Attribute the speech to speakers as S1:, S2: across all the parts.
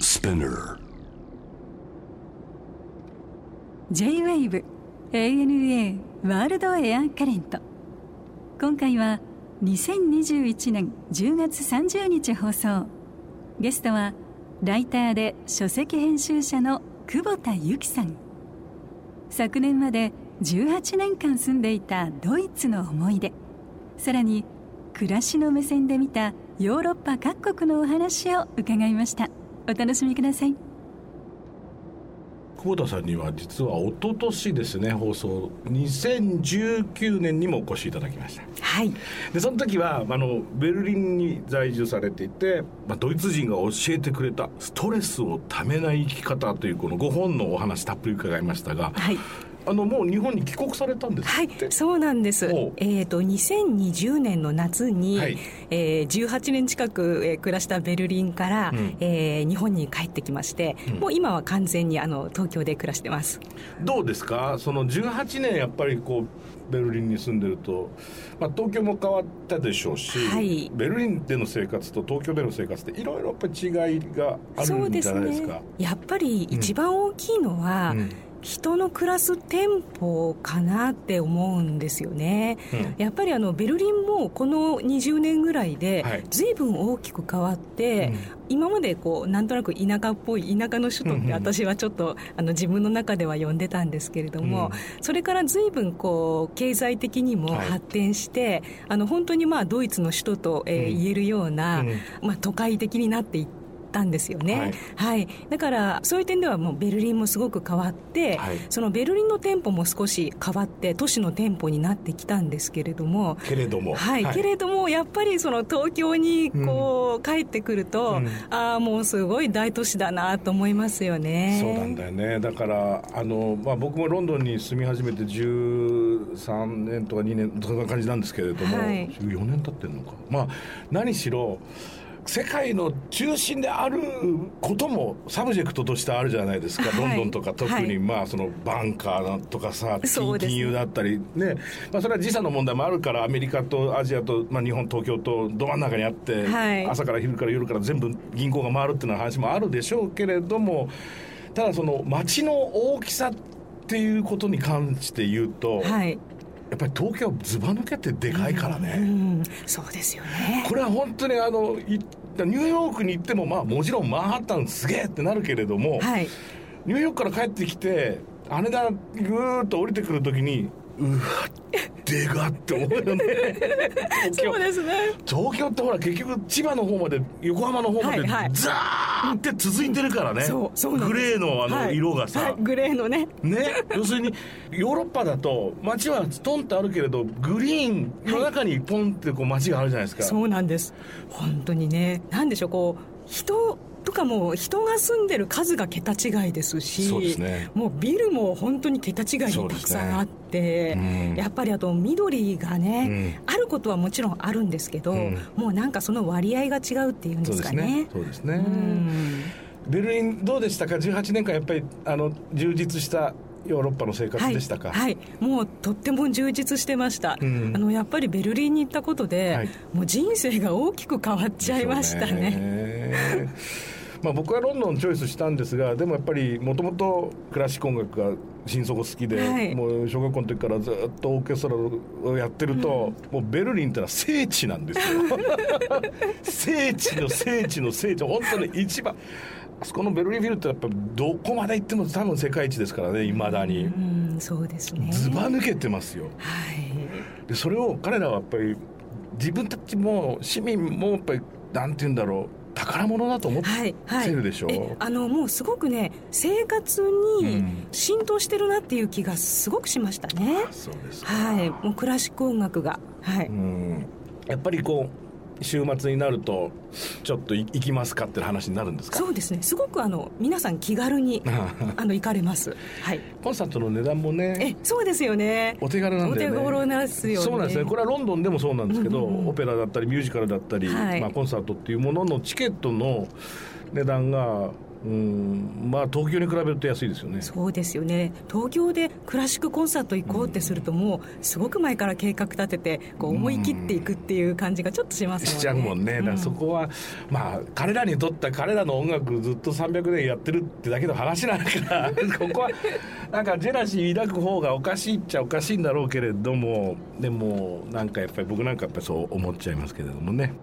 S1: Spinner.
S2: J-WAVE ANA ワールドエアカレント今回は2021年10月30日放送ゲストはライターで書籍編集者の久保田由紀さん昨年まで18年間住んでいたドイツの思い出さらに暮らしの目線で見たヨーロッパ各国のお話を伺いましたお楽しみください
S3: 久保田さんには実は一昨年ですね放送2019年にもお越しいただきました
S4: はい
S3: でその時はあのベルリンに在住されていて、まあ、ドイツ人が教えてくれたストレスをためない生き方というこの5本のお話たっぷり伺いましたが、
S4: はい
S3: あのもう日本に帰国されたんです
S4: はい
S3: って、、
S4: そうなんです
S3: おう。
S4: えっ、と2020年の夏に、
S3: はい
S4: えー18年近く、えー暮らしたベルリンから、
S3: うん
S4: えー日本に帰ってきまして、
S3: うん
S4: もう今は完全にあの東京で暮らしてます。
S3: どうですかその18年やっぱりこうベルリンに住んでると、まあ、東京も変わったでしょうし、
S4: はい
S3: ベルリンでの生活と東京での生活っていろいろやっぱり違いがあ
S4: そ
S3: る
S4: うん
S3: じゃないですか。
S4: やっぱり一番大きいのは、
S3: うん
S4: 人の暮らす店舗かなって思うんですよね。
S3: うん
S4: やっぱりあのベルリンもこの20年ぐらい
S3: はい
S4: で随分大きく変わって、
S3: うん
S4: 今までこうなんとなく田舎っぽい田舎の首都
S3: うん
S4: っ
S3: うん
S4: て私はちょっとあの自分の中では呼んでたんですけれども、それから随分こう経済的にも
S3: はい
S4: 発展して、あの本当にまあドイツの首都と、えー
S3: うん
S4: 言えるような、
S3: うん
S4: まあ、都会的になっていったんですよね、
S3: は
S4: はいいだからそういう点ではもうベルリンもすごく変わって、
S3: はい
S4: そのベルリンの店舗も少し変わって都市の店舗になってきたんですけれども、
S3: けれども、
S4: はい、けれどもやっぱりその東京にこう帰ってくると、
S3: うん
S4: ああもうすごい大都市だなと思いますよね。
S3: そうなんだよねだからあの、まあ、僕もロンドンに住み始めて13年とか2年そんな感じなんですけれども、
S4: はい
S3: 4年経ってるのかまあ何しろ世界の中心であることもサブジェクトとしてあるじゃないですか、
S4: はい
S3: ロンドンとか特
S4: は
S3: に
S4: い
S3: まあそのバンカーとかさ
S4: そうですね
S3: 金融だったりねまあ、それは時差の問題もあるからアメリカとアジアと、まあ、日本東京とど真ん中にあって、
S4: はい
S3: 朝から昼から夜から全部銀行が回るっていうような話もあるでしょうけれどもただその街の大きさっていうことに関して言うと、や
S4: はい、
S3: っぱり東京はずば抜けてでかいからね。
S4: うん、そうですよね。
S3: これは本当にあのいニューヨークに行っても、まあ、もちろんマンハッタンすげえってなるけれども、
S4: はい、
S3: ニューヨークから帰ってきて羽田にぐーっと降りてくるときにうわでかって思 うよね東京
S4: そうですね。
S3: 東京ってほら結局千葉の方まで横浜の方まで
S4: はいはい
S3: ザーって続いてるからね、
S4: そう、そうなん
S3: グ
S4: です
S3: レーのあの
S4: はい
S3: 色がさ、
S4: はいグレーのね。
S3: ね、要するにヨーロッパだと街はトンってあるけれどグリーンの中にポンってこう街があるじゃないですか、
S4: そうなんです本当にねなんでしょうこう人とかも人が住んでる数が桁違いですし
S3: そうですね
S4: もうビルも本当に桁違いにたくさんあって、
S3: そうですねうん
S4: やっぱりあと緑がね、あることはもちろんあるんですけど、
S3: うん
S4: もうなんかその割合が違うっていうんですかね。
S3: そうですね
S4: う
S3: そうですね
S4: ん
S3: ベルリンどうでしたか18年間やっぱりあの充実したヨーロッパの生活でしたか、
S4: はい、はいもうとっても充実してました、
S3: うん
S4: あのやっぱりベルリンに行ったことで、
S3: はい
S4: もう人生が大きく変わっちゃいましたね
S3: ね。まあ僕はロンドンをチョイスしたんですがでもやっぱりもともとクラシック音楽が心底好きで、
S4: はい
S3: もう小学校の時からずっとオーケストラをやってると、もうベルリンってのは聖地なんですよ聖地の聖地の聖地本当に一番あそこのベルリンフィルってやっぱどこまで行っても多分世界一ですからねいまだに
S4: うんそうですね
S3: ずば抜けてますよ
S4: はい
S3: でそれを彼らはやっぱり自分たちも市民もやっぱりなんて言うんだろう宝物だと思って
S4: はいはい、
S3: るでしょ、
S4: えあのもうすごくね生活
S3: う
S4: に
S3: ん
S4: 浸透してるなっていう気がすごくしましたね、
S3: そうですか
S4: はいもうクラシック音楽がはい、
S3: うんやっぱりこう週末になるとちょっとい行きますかって話になるんですか
S4: そうですねすごくあの皆さん気軽にあの行かれますはい
S3: コンサートの値段も
S4: え
S3: ね
S4: そうですよね
S3: お手軽なんだよね
S4: お手頃ですよね
S3: そうなんですねこれはロンドンでもそうなんですけど、
S4: うんうんうん
S3: オペラだったりミュージカルだったり、
S4: はい
S3: まあ、コンサートっていうもののチケットの値段がうんまあ東京に比べると安いですよね
S4: そうですよね東京でクラシックコンサート行こうってするともうすごく前から計画立ててこう思い切っていくっていう感じがちょっとしますよね
S3: しちゃうもんね、だからそこはまあ彼らにとった彼らの音楽ずっと300年やってるってだけの話なんだから ここはなんかジェラシー抱く方がおかしいっちゃおかしいんだろうけれどもでもなんかやっぱり僕なんかやっぱりそう思っちゃいますけれどもね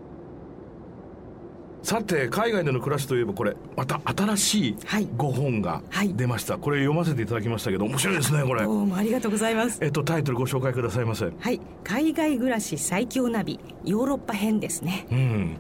S3: さて海外での暮らしといえばこれまた新しい
S4: はい
S3: 5本が
S4: はい
S3: 出ました、これ読ませていただきましたけど面白いですねこれ
S4: どうもありがとうございます
S3: えっとタイトルご紹介くださいませ
S4: はい海外暮らし最強ナビヨーロッパ編ですね
S3: うん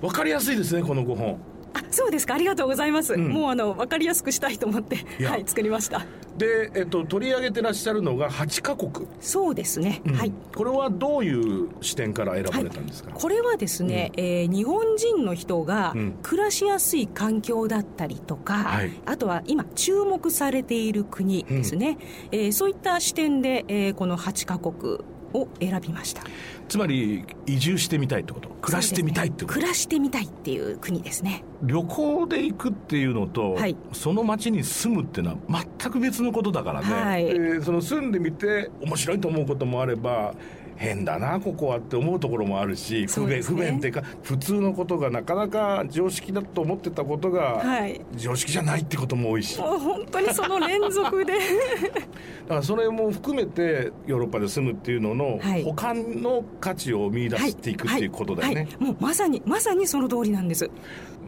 S3: わかりやすいですねこの5本
S4: あそうですかありがとうございます、
S3: ん
S4: もうあの分かりやすくしたいと思って
S3: いや
S4: はい作りました
S3: で、えっと、取り上げてらっしゃるのが8カ国、
S4: そうですね、はい
S3: これはどういう視点から選ばれたんですか、
S4: これはですね、えー日本人の人が
S3: うん
S4: 暮らしやすい環境だったりとか、
S3: はい
S4: あとは今注目されている国ですね、えーそういった視点で、えーこの8カ国を選びました
S3: つまり移住してみたいってこと暮らしてみたいってこと、
S4: そうですね暮らしてみたいっていう国ですね
S3: 旅行で行くっていうのと、
S4: はい
S3: その町に住むっていうのは全く別のことだからね、
S4: はい
S3: えーその住んでみて面白いと思うこともあれば変だなここはって思うところもあるし
S4: そ
S3: 不
S4: う
S3: 便
S4: です
S3: 不
S4: ね
S3: 便っていうか普通のことがなかなか常識だと思ってたことが
S4: はい
S3: 常識じゃないってことも多いし、
S4: もう本当にその連続で
S3: だからそれも含めてヨーロッパで住むっていうのの
S4: はい
S3: 他の価値を見出していくっていうことだよね、
S4: はいはいもうまさにまさにその通りなんです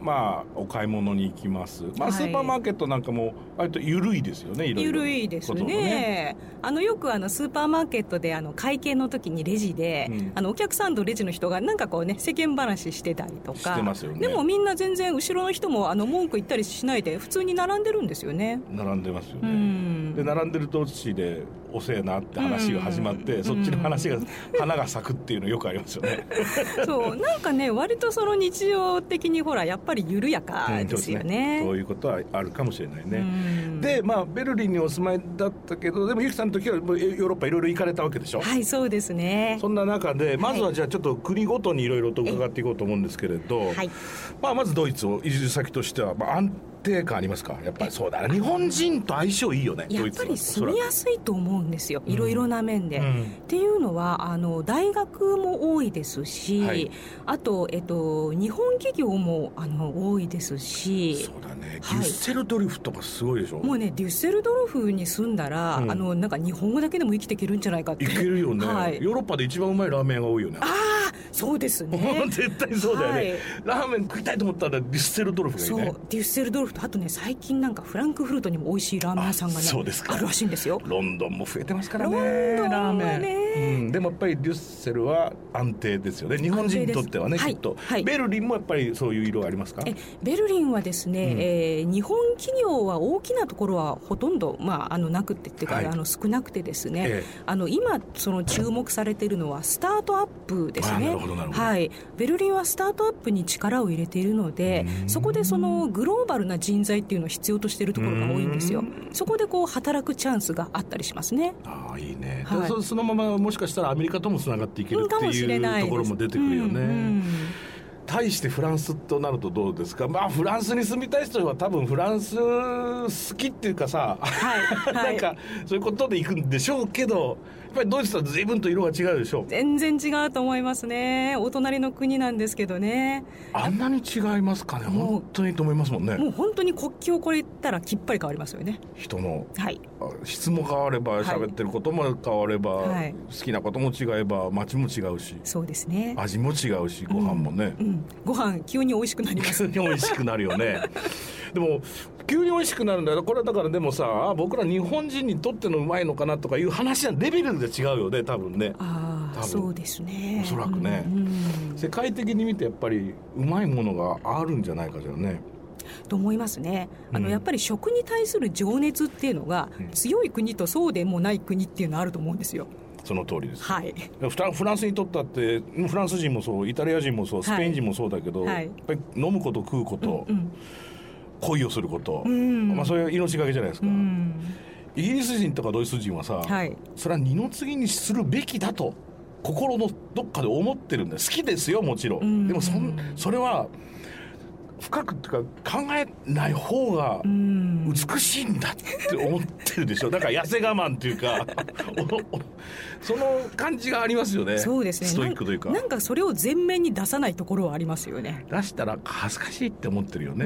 S3: まあお買い物に行きます、ま
S4: はい
S3: あ、スーパーマーケットなんかも割と緩いですよねいろい
S4: ゆ
S3: ろ
S4: るいです
S3: こと
S4: ね
S3: も
S4: あのよくあのスーパーマーケットであの会計の時にレジで、
S3: うん
S4: あのお客さんとレジの人がなんかこうね世間話してたりとか
S3: してますよね
S4: でもみんな全然後ろの人もあの文句言ったりしないで普通に並んでるんですよね
S3: 並んでますよ
S4: う
S3: ね、
S4: ん
S3: で並んでるとしで遅えなって話が始まって、
S4: うん
S3: そっちの話が、花が咲くっていうのよくありますよ ね
S4: そうなんかね割とその日常的にほらやっぱり緩やかですよね,、
S3: うん
S4: う
S3: そういうことはあるかもしれないね、
S4: ん
S3: でまあベルリンにお住まいだったけどでもゆきさんの時はもうヨーロッパいろいろ行かれたわけでしょ、
S4: はいそうですね
S3: そんな中でまずはじゃあちょっと国ごとにいろいろと伺っていこうと思うんですけれど、
S4: はい
S3: まあ、まずドイツを移住先としては、まあ、安定感ありますかやっぱりそうだね日本人と相性いいよね
S4: や
S3: ド
S4: っ
S3: イツ
S4: ぱ
S3: は
S4: り住みやすいと思うんですよ
S3: うん
S4: いろいろな面で、
S3: うん
S4: っていうのはあの大学も多いですし、
S3: はい
S4: あと、えっと、日本企業もあの多いですし
S3: そうだねデ
S4: はい
S3: ュッセルドリフとかすごいでしょ、
S4: もうねデュッセルドルフに住んだら、
S3: うん
S4: あのなんか日本語だけでも生きていけるんじゃないかって
S3: いけるよね、
S4: はい
S3: ヨーロッパで一番うまいラーメン屋が多いよね
S4: そうです ね
S3: 絶対そうだよね、
S4: はい
S3: ラーメン食いたいと思ったらデュッセルドルフがいい
S4: そう
S3: ね
S4: デュッセルドルフとあとね最近なんかフランクフルトにも美味しいラーメン屋さんがね
S3: あそうですか
S4: あるらしいんですよ
S3: ロンドンも増えてますからね
S4: ロンドンはね
S3: ラーメン、うん、でもやっぱりデュッセルは安定ですよね日本人にとってはね
S4: 安
S3: きっ
S4: 定です
S3: と、
S4: はいはい
S3: ベルリンもやっぱりそういう色ありますか
S4: えベルリンはですね、
S3: うん
S4: えー日本企業は大きなところはほとんど、まあ、あのなくてっていうか、
S3: はい
S4: あの少なくてですね、
S3: え
S4: あの今その注目されているのはスタートアップです
S3: あーな
S4: ね
S3: るほどなるほど
S4: はい、ベルリンはスタートアップに力を入れているので
S3: うん
S4: そこでそのグローバルな人材っていうのを必要としているところが多いんですよそこでこう働くチャンスがあったりしますね
S3: ああいいね、
S4: はい
S3: でそそのままもしかしたらアメリカともつながっていけるって
S4: かもしれ
S3: い
S4: な
S3: う
S4: い
S3: ところも出てくるよね、
S4: うんうん
S3: 対してフランスとなるとどうですかまあフランスに住みたい人は多分フランス好きっていうかさ、
S4: はい、は
S3: なん
S4: い、
S3: かそういうことで行くんでしょうけどやっぱりドイツとは随分と色が違うでしょう
S4: 全然違うと思いますねお隣の国なんですけどね
S3: あんなに違いますかね
S4: もう
S3: 本当にと思いますもんね
S4: もう本当に国境を越えたらきっぱり変わりますよね
S3: 人の
S4: はい
S3: あ質も変われば
S4: い
S3: 喋ってることも変われば、
S4: はい
S3: 好きなことも違えば街も違うし
S4: そうですね
S3: 味も違うしご飯もね、
S4: うんご飯急に美味しくなります
S3: 急に美味しくなるよねでも急に美味しくなるんだよこれはだからでもさ僕ら日本人にとってのうまいのかなとかいう話はレベルで違うよね多分ね
S4: あ
S3: 多
S4: あ
S3: 分
S4: そうですね
S3: おそらくね
S4: うんうん
S3: 世界的に見てやっぱりうまいものがあるんじゃないかじゃね
S4: と思いますねあの、
S3: うん
S4: やっぱり食に対する情熱っていうのが、
S3: うん
S4: 強い国とそうでもない国っていうのはあると思うんですよ
S3: その通りです
S4: はい
S3: フラフランスにとったってフランス人もそうイタリア人もそうスペイン人もそうだけど、
S4: はい
S3: やっぱり飲むこと食うこと、
S4: うん
S3: 恋をすること、
S4: うん
S3: まあ、そういう命がけじゃないです
S4: う
S3: か、
S4: ん
S3: イギリス人とかドイツ人はさ、
S4: はい
S3: それは二の次にするべきだと心のどっかで思ってるんだよ好きですよもちろん、
S4: うん
S3: でもそんそれは深くっていうか考えない方が
S4: うん
S3: 美しいんだって思ってるでし ょだから痩せ我慢っていうか おおその感じがありますよね
S4: そうですね
S3: ストイックというか
S4: なんなんかそれを前面に出さないところはありますよね
S3: 出したら恥ずかしいって思ってるよ
S4: う
S3: ね、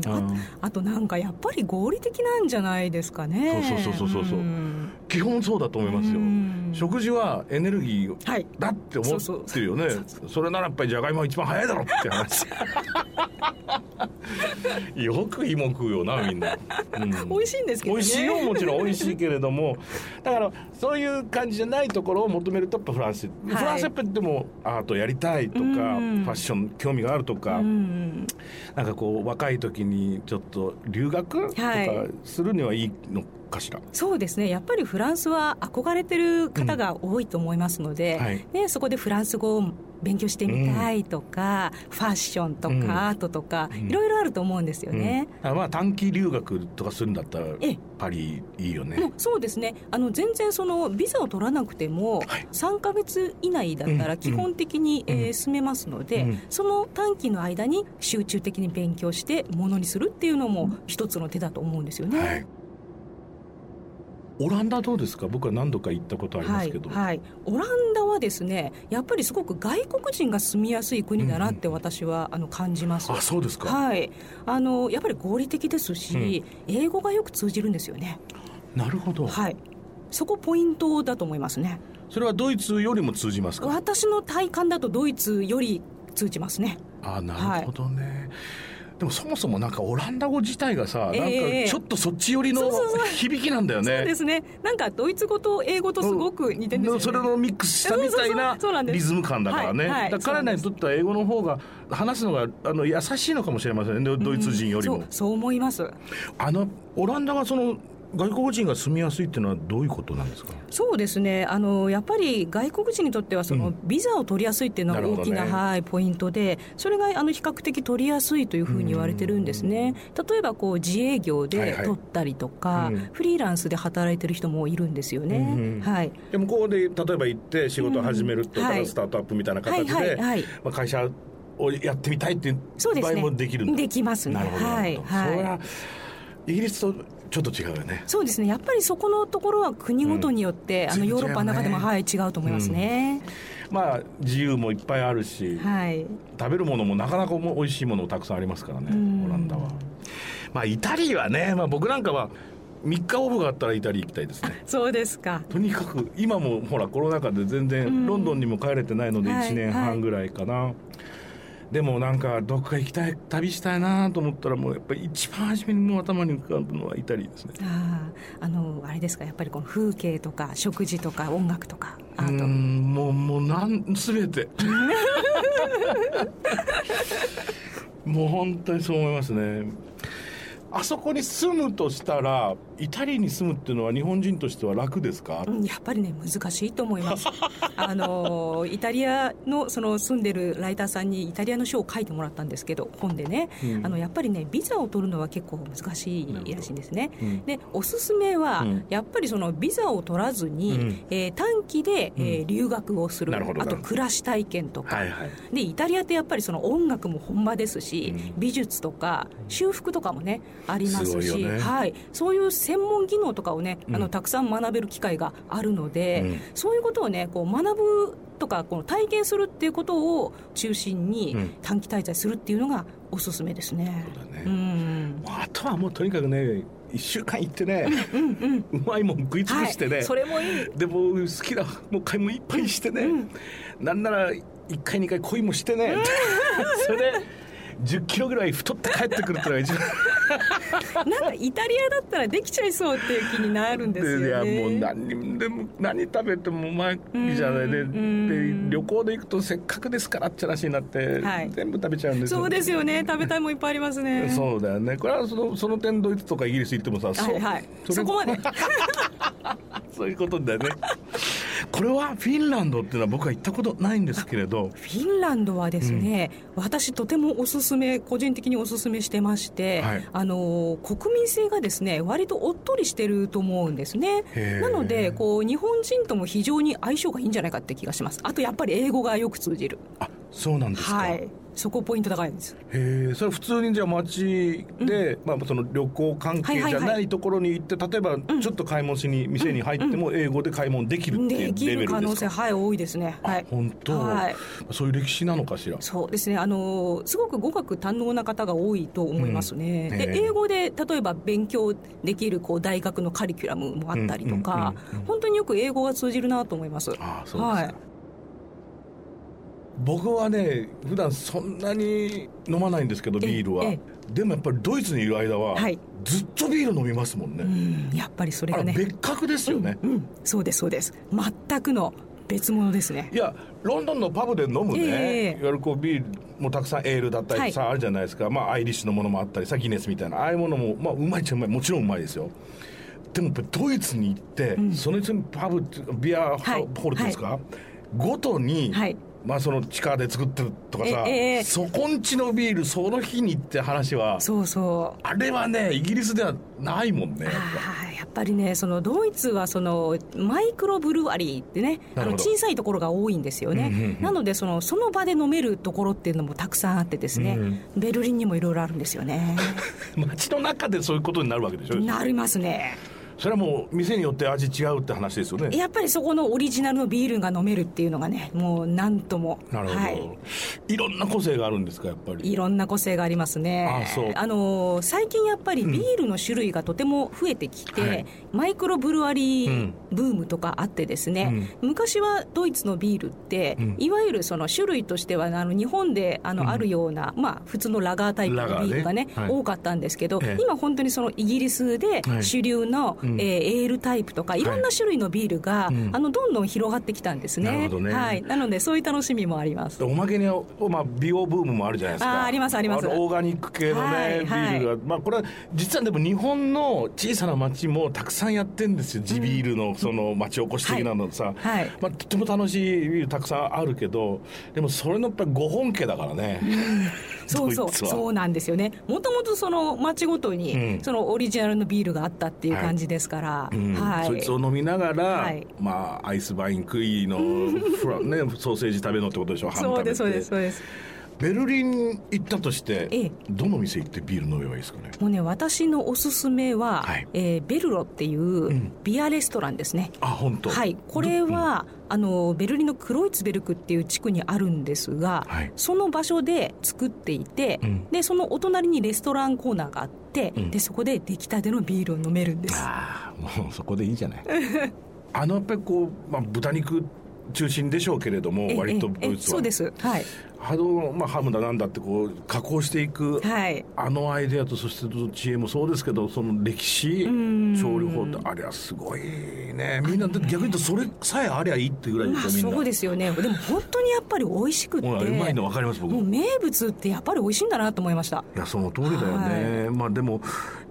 S3: う
S4: あ
S3: ん
S4: あとなんかやっぱり合理的なんじゃないですかね
S3: そうそうそうそうそうん基本そうだと思いますよ
S4: うん
S3: 食事はエネルギー
S4: はい
S3: だって思ってるよね
S4: そう
S3: それならやっぱりじゃがいもが一番早いだろって話 よく芋食うよなみんな、うん
S4: 美味しいんですけ
S3: 美
S4: どね
S3: 味しいよもちろん美味しいけれど もだからそういう感じじゃないところを求めるとやっぱフランス、
S4: い
S3: フランスやっぱりでもアートやりたいとか、
S4: うん
S3: ファッション興味があるとか、
S4: うん
S3: なんかこう若い時にちょっと留学とか
S4: はい
S3: するにはいいのかしら、
S4: そうですねやっぱりフランスは憧れてる方が多いと思いますので、
S3: うんはい
S4: ね、そこでフランス語を勉強してみたいとか、ファッションとか
S3: うん
S4: アートとか、
S3: うん
S4: いろいろあると思うんですよね。
S3: うんあまあ短期留学とかするんだったら
S4: ええ
S3: パリいいよね、
S4: もうそうですねあの全然そのビザを取らなくても
S3: はい
S4: 3ヶ月以内だった
S3: うん
S4: ら基本的に、
S3: うん
S4: えー住めますので、
S3: うん
S4: その短期の間に集中的に勉強してものにするっていうのも一つの手だと思うんですよね。
S3: はいオランダどうですか僕は何度か行ったことありま
S4: は
S3: す
S4: い
S3: けど、
S4: はい、オランダはですねやっぱりすごく外国人が住みやすい国だなって私は、あの感じます
S3: あそうですか、
S4: はいあのやっぱり合理的ですし、英語がよく通じるんですよね
S3: なるほど、
S4: はいそこポイントだと思いますね
S3: それはドイツよりも通じますか
S4: 私の体感だとドイツより通じますね
S3: あなるほどね、でもそもそもなんかオランダ語自体がさ、
S4: ええ
S3: なんかちょっとそっち寄りの
S4: そうそうそう
S3: 響きなんだよ
S4: そうで
S3: ね。
S4: すねなんかドイツ語と英語とすごく似てるんですよ、ね、
S3: それのミックスしたみたいな
S4: そうそうそうそうなんです
S3: リズム感だからね、
S4: はいはい
S3: だから彼らにとっては英語の方が話すのがあの優しいのかもしれませんねドドイツ人よりも、
S4: そうそう思います
S3: あのオランダがその外国人が住みやすいっていうのはどういうことなんですか
S4: そうですねあのやっぱり外国人にとってはそうの
S3: ん
S4: ビザを取りやすいっていうのが
S3: なるほどね
S4: 大きな、はい、ポイントでそれがあの比較的取りやすいというふうに言われてるんですね例えばこう自営業
S3: はい
S4: で
S3: はい
S4: 取ったりとか、
S3: うん
S4: フリーランスで働いてる人もいるんですよね、
S3: うんうん
S4: はい
S3: で向こうで例えば行って仕事を始めると
S4: うん
S3: か、
S4: はい
S3: スタートアップみたいな形で、
S4: はいはいはい
S3: まあ、会社をやってみたいっていう
S4: そうで
S3: 場
S4: す
S3: 合
S4: ね
S3: もできるんだ
S4: できますね
S3: なるほど、
S4: はい
S3: なるほどそれ
S4: は
S3: はイギリスとちょっと違うよね
S4: いそうですねやっぱりそこのところは国ごとによって、あ
S3: 全然
S4: のヨーロッパの中でも、
S3: 違うね
S4: はい、違うと思いますね、
S3: まあ自由もいっぱいあるし、
S4: はい
S3: 食べるものもなかなかも美味しいものたくさんありますから
S4: うん
S3: ねオランダはまあイタリーはね、まあ、僕なんかは3日オフがあったらイタリー行きたいですね
S4: そうですか
S3: とにかく今もほらコロナ禍で全然ロンドンにも帰れてないので
S4: はい
S3: 1年半ぐらいかな、でもなんかどっか行きたい旅したいなと思ったらもうやっぱり一番初めにもう頭に浮かぶのはイタリーですね
S4: あああのあれですかやっぱりこの風景とか食事とか音楽とかア
S3: うー
S4: ート
S3: んもうもうなん全 てもう本当にそう思いますねあそこに住むとしたらイタリーに住むっていうのは日本人としては楽ですか、
S4: うんやっぱりね難しいと思い ますあのイタリアのその住んでるライターさんにイタリアの書を書いてもらったんですけど本でね、
S3: うん
S4: あのやっぱりねビザを取るのは結構難しいらしいんですね
S3: うん
S4: でおすすめは、
S3: うん
S4: やっぱりそのビザを取らずに、
S3: うん
S4: えー短期で、えー留学をする
S3: なるほどな
S4: あ
S3: る
S4: と
S3: ほど
S4: 暮らし体験とか、
S3: はいはい
S4: でイタリアってやっぱりその音楽も本場ですし、
S3: うん
S4: 美術とか修復とかもねあります
S3: すごい
S4: し
S3: よね
S4: はい、そういう専門技能とかをね、
S3: うん
S4: あのたくさん学べる機会があるので、
S3: うん
S4: そういうことをねこう学ぶとかこの体験するっていうことを中心に
S3: うん
S4: 短期滞在するっていうのがおすすめですね。
S3: そうだね
S4: うん
S3: もうあとはもうとにかくね1週間行ってね
S4: うんうん
S3: うまいもん食い尽
S4: は
S3: く
S4: い
S3: してね、
S4: それもいい
S3: でもう好きなもう買い物いっぱいしてね、なんなら1回2回恋もしてね、 それで10キロぐらい太って帰ってくるってのが一番
S4: なんかイタリアだったらできちゃいそうっていう気になるんです
S3: いや
S4: よね。
S3: もう何でも何食べてもうまいじゃないで,、
S4: うんうん
S3: で旅行で行くとせっかくですからって話になって、
S4: はい
S3: 全部食べちゃうんですよ
S4: そうですよね食べたいもんいっぱいありますね。
S3: そうだよねこれはそのその点ドイツとかイギリス行ってもさ、
S4: はいはい
S3: それ
S4: そこまで
S3: そういうことだよね これはフィンランドっていうのは僕は行ったことないんですけれ ど
S4: フィンランドはですね、私とてもおすすめ個人的におすすめしてまして、
S3: はい
S4: あの国民性がですね割とおっとりしてると思うんですね
S3: へー
S4: なのでこう日本人とも非常に相性がいいんじゃないかって気がしますあとやっぱり英語がよく通じる
S3: あそうなんですか、
S4: はいそこポイント高いんです
S3: へえそれ普通にじゃあ街で、まあ、その旅行関係じゃ
S4: はいはい
S3: な
S4: はい
S3: ところに行って、例えばちょっと買い物しに店に入っても英語で買い物できるってい
S4: で
S3: う
S4: き
S3: レベ
S4: る可
S3: ルで
S4: 能
S3: す
S4: 性
S3: か
S4: はい多いですねはい
S3: 本当、
S4: はい
S3: そういう歴史なのかしら
S4: そうですねあのすごく語学堪能な方が多いと思いますね、
S3: うんええ
S4: で英語で例えば勉強できるこう大学のカリキュラムもあったりとか、
S3: うんうんうんうん
S4: 本当によく英語が通じるなと思います
S3: ああそうですか、
S4: はい
S3: 僕はね普段そんなに飲まないんですけど
S4: ええ
S3: ビールは
S4: え
S3: でもやっぱりドイツにいる間は、
S4: はい
S3: ずっとビール飲みますもんね、
S4: うんやっぱりそれ
S3: あ
S4: が
S3: れ
S4: ね
S3: 別格ですよね、
S4: うん、そうですそうです全くの別物ですね
S3: いやロンドンのパブで飲むね、
S4: ええ
S3: いわゆるこうビールもたくさんエールだった
S4: は
S3: り
S4: い
S3: さ、あるじゃないですか、まあ、アイリッシュのものもあったりさギネスみたいなああいうものも、まあ、うまいっちゃうまいもちろんうまいですよでもやっぱりドイツに行って、そのうちのパブっていうかビア
S4: はい
S3: ホールですか、ごとに、
S4: はい
S3: まあ、その地下で作ってるとかさ、
S4: ええええ
S3: そこんちのビールその日にって話は
S4: そうそう
S3: あれはねイギリスではないもんねやっぱ
S4: あーやっぱりねそのドイツはそのマイクロブルワリーってね
S3: な
S4: あ
S3: る
S4: の
S3: ほど
S4: 小さいところが多いんですよ
S3: う
S4: ね、
S3: んうんうん
S4: なのでそのその場で飲めるところっていうのもたくさんあってですね、
S3: うん
S4: ベルリンにもいろいろあるんですよね
S3: 街の中で そういうことになるわけでしょ
S4: なりますね
S3: それはもう店によって味違うって話ですよね
S4: やっぱりそこのオリジナルのビールが飲めるっていうのがねもうなんとも
S3: なるほど、
S4: はいい、
S3: ろんな個性があるんですかやっぱり
S4: いろんな個性がありますね。
S3: あそう
S4: のー最近やっぱりビールの種類がとても増えてきて、
S3: はい
S4: マイクロブルワリ
S3: う
S4: ー
S3: ん
S4: ブームとかあってですね、昔はドイツのビールって、
S3: うん
S4: いわゆるその種類としてはあの日本であの、あるようなまあ普通のラガータイプの
S3: ラガーね
S4: ビールがね
S3: はい
S4: 多かったんですけど、
S3: ええ
S4: 今本当にそのイギリスで
S3: はい
S4: 主流の、
S3: うん
S4: えーエールタイプとかいろんな種類のビールが、
S3: うん
S4: あのどんどん広がってきたんですね。
S3: なるほどね
S4: はい、なのでそういう楽しみもあります。
S3: おまけに、まあ、美容ブームもあるじゃないですか
S4: あーありますあります
S3: のオーガニック系のね、
S4: はいは
S3: ビー
S4: い
S3: ルがまあこれは実はでも日本の小さな町もたくさんやってんですよ地ビールのその町おこし的なのさ、
S4: はい
S3: まあ、とても楽しいビールたくさんあるけどでもそれのやっぱりご本家だからね、
S4: そうそ
S3: ド
S4: う
S3: イツは
S4: そうなんですよねもともとその町ごとに、
S3: うん
S4: そのオリジナルのビールがあったっていう感じですから、はい
S3: うんそいつを飲みながら、
S4: はい
S3: まあアイスバイン食 いのフラ、ね、ソーセージ食べのってことでしょハム
S4: そう
S3: 食べ
S4: で
S3: て
S4: すそうですそうです
S3: ベルリン行ったとして、
S4: ええ
S3: どの店行ってビール飲めばいいですかね
S4: もうね私のおすすめは、
S3: はい
S4: えーベルロってい
S3: ん
S4: うビアレストランですね、
S3: あ本当
S4: はい、これは、あのベルリンのクロイツベルクっていう地区にあるんですが、
S3: はい
S4: その場所で作っていて、
S3: うん
S4: でそのお隣にレストランコーナーがあって、
S3: うん
S4: でそこで出来たてのビールを飲めるんです
S3: ああ もうそこでいいじゃないあのやっぱりこう、まあ、豚肉中心でしょうけれども
S4: え
S3: 割とブ
S4: ええ
S3: ーツは
S4: そうですはい、
S3: あの、まあ、ハムだなんだってこう加工していく、
S4: はい、
S3: あのアイデアとそして知恵もそうですけどその歴史
S4: ん
S3: 調理法ってあれはすごいねみんなだって逆に言うとそれさえありゃいいってぐらいで
S4: まあ、
S3: すよみん
S4: そう
S3: な
S4: ですよねでも本当にやっぱり美味しくって
S3: ほらうまいの分かります僕
S4: もう名物ってやっぱり美味しいんだなと思いました
S3: いやその通りだよね、まあでも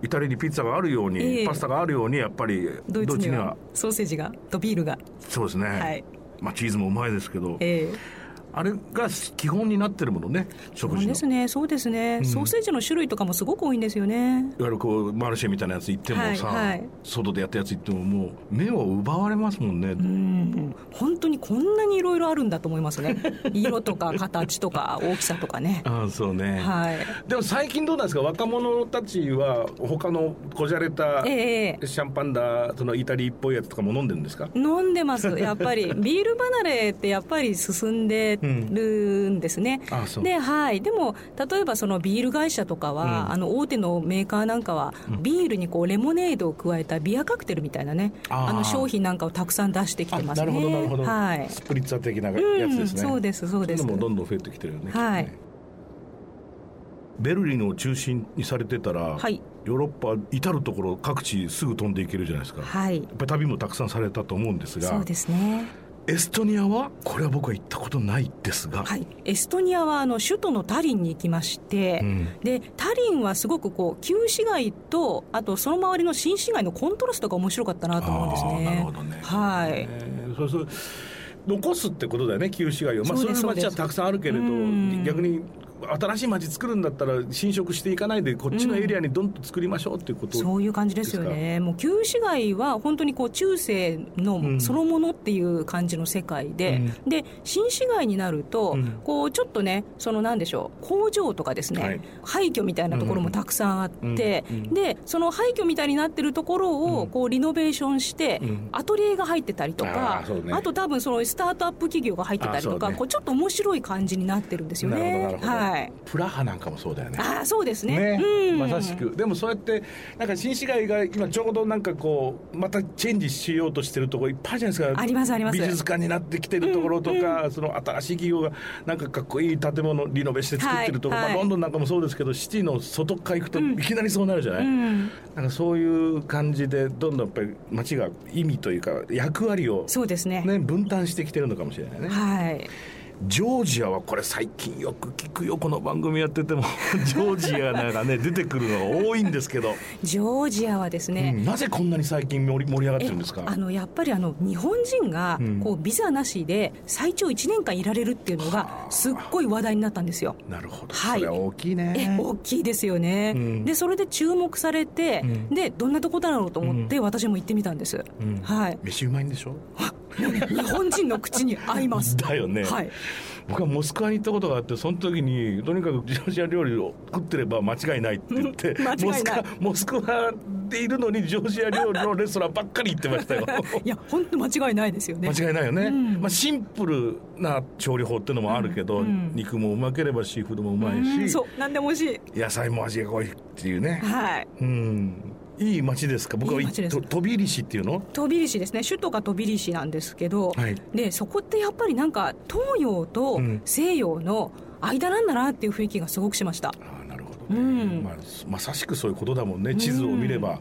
S3: イタリアにピッツァがあるように、
S4: ええ
S3: パスタがあるようにやっぱり
S4: ドイツにはソーセージがとビールが
S3: そうですね、
S4: はい
S3: まあチーズもうまいですけど
S4: ええ
S3: あれが基本になってるものね食
S4: そう
S3: 事の
S4: で
S3: い
S4: すねそうですね、ソーセージの種類とかもすごく多いんですよね
S3: わゆるこうマルシェみたいなやつ行ってもさ、
S4: はいはい
S3: 外でやったやつ行ってももう目を奪われますもんね、
S4: うん本当にこんなにいろいろあるんだと思いますね色とか形とか大きさとかね
S3: ああそう ね、
S4: はい
S3: でも最近どうなんですか若者たちは他のこじゃれた
S4: え
S3: シャ
S4: え
S3: ンパンだそのイタリーっぽいやつとかも飲んでるんですか
S4: 飲んでますやっ ぱりビール離れってやっぱり進んでるんですね、
S3: あそう
S4: ではい、でも例えばそのビール会社とかは、
S3: うん
S4: あの大手のメーカーなんかは、ビールにこうレモネードを加えたビアカクテルみたいなね
S3: あー
S4: あの商品なんかをたくさん出してきてますね
S3: あなるほどなるほど、
S4: はい、
S3: スプリッツァー的なやつですね、
S4: うんそうですそうです
S3: そういうのもどんどん増えてきてるよね,きっとね、
S4: はい
S3: ベルリンを中心にされてたら、
S4: はい
S3: ヨーロッパ至る所各地すぐ飛んでいけるじゃないですか、や
S4: はい、
S3: っぱり旅もたくさんされたと思うんです
S4: そ
S3: が
S4: うですね、
S3: エストニアはこれは僕は行ったことないですが、
S4: はい、エストニアはあの首都のタリンに行きまして、
S3: うん
S4: でタリンはすごくこう旧市街とあとその周りの新市街のコントラストが面白かったなと思うんですね。
S3: あーなるほどね
S4: はい、
S3: えーそうそう残すってことだよね旧市街を、まあ、そ
S4: そ
S3: うれ
S4: です
S3: の街は
S4: そうです
S3: たくさんあるけれど
S4: うん
S3: 逆に新しい街作るんだったら侵食していかないでこっちのエリアにどんと作りましょうっていうこと、
S4: そういう感じですよね、もう旧市街は本当にこう中世のそのものっていう感じの世界で、で新市街になると、
S3: うん
S4: こうちょっとね、そのなんでしょう、工場とかですね、
S3: はい
S4: 廃墟みたいなところもたくさんあって、
S3: うんうんうん
S4: でその廃墟みたいになってるところ
S3: う
S4: を
S3: ん
S4: こうリノベーションして、
S3: うん
S4: アトリエが入ってたりとか
S3: あー、そうね
S4: あと多分そのスタートアップ企業が入ってたりと
S3: あーそ
S4: か、
S3: うね
S4: こうちょっと面白い感じになってるんですよ
S3: なるほどな
S4: ね
S3: る。ほど、
S4: はい
S3: プラハなんかもそうだよね
S4: あーそうですね
S3: ね、
S4: うん
S3: まさしくでもそうやってなんか新市街が今ちょうどなんかこうまたチェンジしようとしてるところいっぱいあるじゃないですか
S4: ありますあります
S3: 美術館になってきてるところとか、その新しい企業がなんかかっこいい建物リノベして作ってるところ、
S4: はい
S3: まあ、
S4: はい
S3: ロンドンなんかもそうですけどシティの外っ側行くといきなりそうなるじゃない、
S4: うん
S3: なんかそういう感じでどんどんやっぱり街が意味というか役割を、
S4: そうですね
S3: ね、分担してきてるのかもしれないね。
S4: はい
S3: ジョージアはこれ最近よく聞くよこの番組やって てもジョージアなんかね出てくるのが多いんですけど、
S4: ジョージアはです
S3: う
S4: ね、
S3: んなぜこんなに最近盛り盛り上がってるんですか
S4: あのやっぱりあの日本人が
S3: うん
S4: こうビザなしで最長1年間いられるっていうのがすっごい話題になったんですよ。
S3: なるほど、
S4: はい
S3: それは大きい
S4: え
S3: ね
S4: 大きいですよね、
S3: うん
S4: でそれで注目されて、
S3: うん
S4: でどんなとこだろうと思って私も行ってみたんです、
S3: うん
S4: はい
S3: 飯うまいんでしょ
S4: もうね日本人の口に合います
S3: だよね
S4: はい、
S3: 僕はモスクワに行ったことがあってその時にとにかくジョージア料理を食ってれば間違いないって言って
S4: うん間違い
S3: モ
S4: ない
S3: スクワモスクワでいるのにジョージア料理のレストランばっかり行ってました よ
S4: いや本当間違いないですよね
S3: 間違いないよね、
S4: うん
S3: まあ、シンプルな調理法っていうのもあるけど、
S4: うんうん
S3: 肉もうまければシーフードもうまい
S4: うん
S3: し、
S4: そう何でも美味しい
S3: 野菜も味が濃いっていうね、
S4: はい
S3: うんいい街ですか僕はい
S4: い街です
S3: と飛び入り市っていうの
S4: 飛びリシですね首都が飛びリシなんですけど、
S3: はい
S4: でそこってやっぱりなんか東洋と
S3: うん
S4: 西洋の間なんだなっていう雰囲気がすごくしました、
S3: ああなるほどね、
S4: うん
S3: まあ、まさしくそういうことだもんね地図を見れば、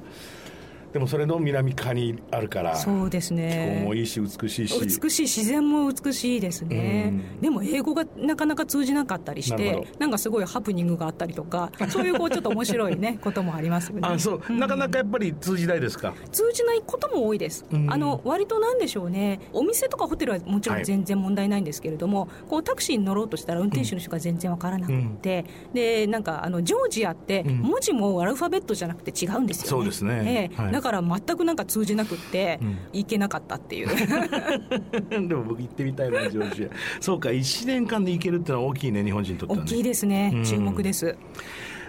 S3: でもそれの南側にあるから
S4: そうです
S3: 気候も
S4: ね
S3: いいし美しいし
S4: 美しい自然も美しいですね、
S3: うん
S4: でも英語がなかなか通じなかったりし
S3: なる
S4: て
S3: ほど
S4: なんかすごいハプニングがあったりとかそういうこうちょっと面白いねこともありますよね
S3: あそう、
S4: ん
S3: なかなかやっぱり通じないですか
S4: 通じないことも多いです、
S3: うん
S4: あの割となんでしょうね、お店とかホテルはもちろん全然問題ないんですけれども、こうタクシーに乗ろうとしたら運転手の人が全然わからなくて、でなんかあのジョージアって、
S3: うん
S4: 文字もアルファベットじゃなくて違うんですよ、ね、
S3: そうですね
S4: ええ
S3: はい
S4: だから全くなんか通じなくって、
S3: うん
S4: いけなかった っていう、
S3: でも僕行ってみたいな ジョージアそうか1年間で行けるってのは大きいね日本人にとって
S4: 大
S3: は
S4: きい
S3: ね
S4: ですね、
S3: うん
S4: 注目です。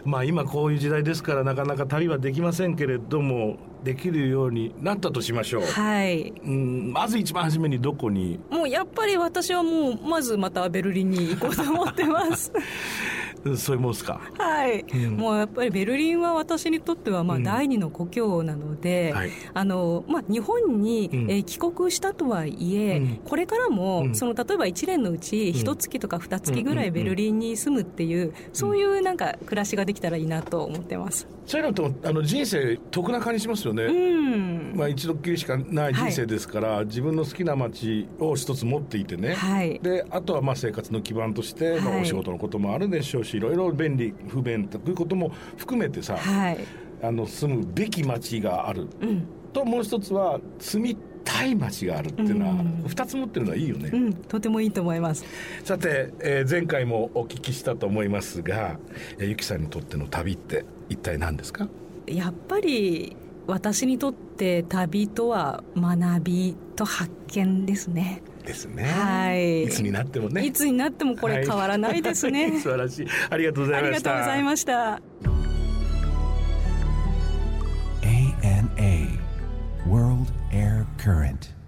S3: まあ今こういう時代ですからなかなか旅はできませんけれどもできるようになったとしましょう、
S4: はい
S3: うんまず一番初めにどこに
S4: もうやっぱり私はもうまずまたベルリンに行こうと思ってます。
S3: うんそういうもんすか
S4: はい、
S3: ん
S4: もうやっぱりベルリンは私にとってはま
S3: う
S4: あ
S3: ん
S4: 第二の故郷なので、
S3: はい
S4: あのまあ、日本に、
S3: うん
S4: えー帰国したとはいえ、
S3: うん
S4: これからも、
S3: うん
S4: その例えば1年のうち
S3: ん
S4: 1月とか2月ぐ
S3: う
S4: ら
S3: んうんう
S4: い
S3: ん
S4: ベルリンに住むっていう、そういうなんか暮らしができたらいいなと思ってます。
S3: そういうのとあの人生得な感じしますよね、
S4: うん
S3: まあ、一度きりしかない人生ですから、自分の好きな街を一つ持っていてね、
S4: はい
S3: であとはまあ生活の基盤として、ま
S4: は
S3: あ、
S4: い
S3: お仕事のこともあるでしょうし、い、ろいろ便利不便ということも含めてさ、
S4: はい
S3: あの住むべき街がある
S4: うん
S3: ともう一つは住みたい街があるっていうのは、
S4: うん
S3: 二つ持ってるのはいいよね。
S4: うん、とてもいいと思います。
S3: さて、えー前回もお聞きしたと思いますが、えーゆきさんにとっての旅って一体何ですか
S4: やっぱり私にとって旅とは学びと発見ですね。
S3: ですね。
S4: はい
S3: いつになってもね。
S4: いつになってもこれ変わらないですね。
S3: はい素晴らしい。 ありがとうござ
S4: あ
S3: いま
S4: り
S3: した。
S4: がとうございました。
S1: ANA, World Air Current.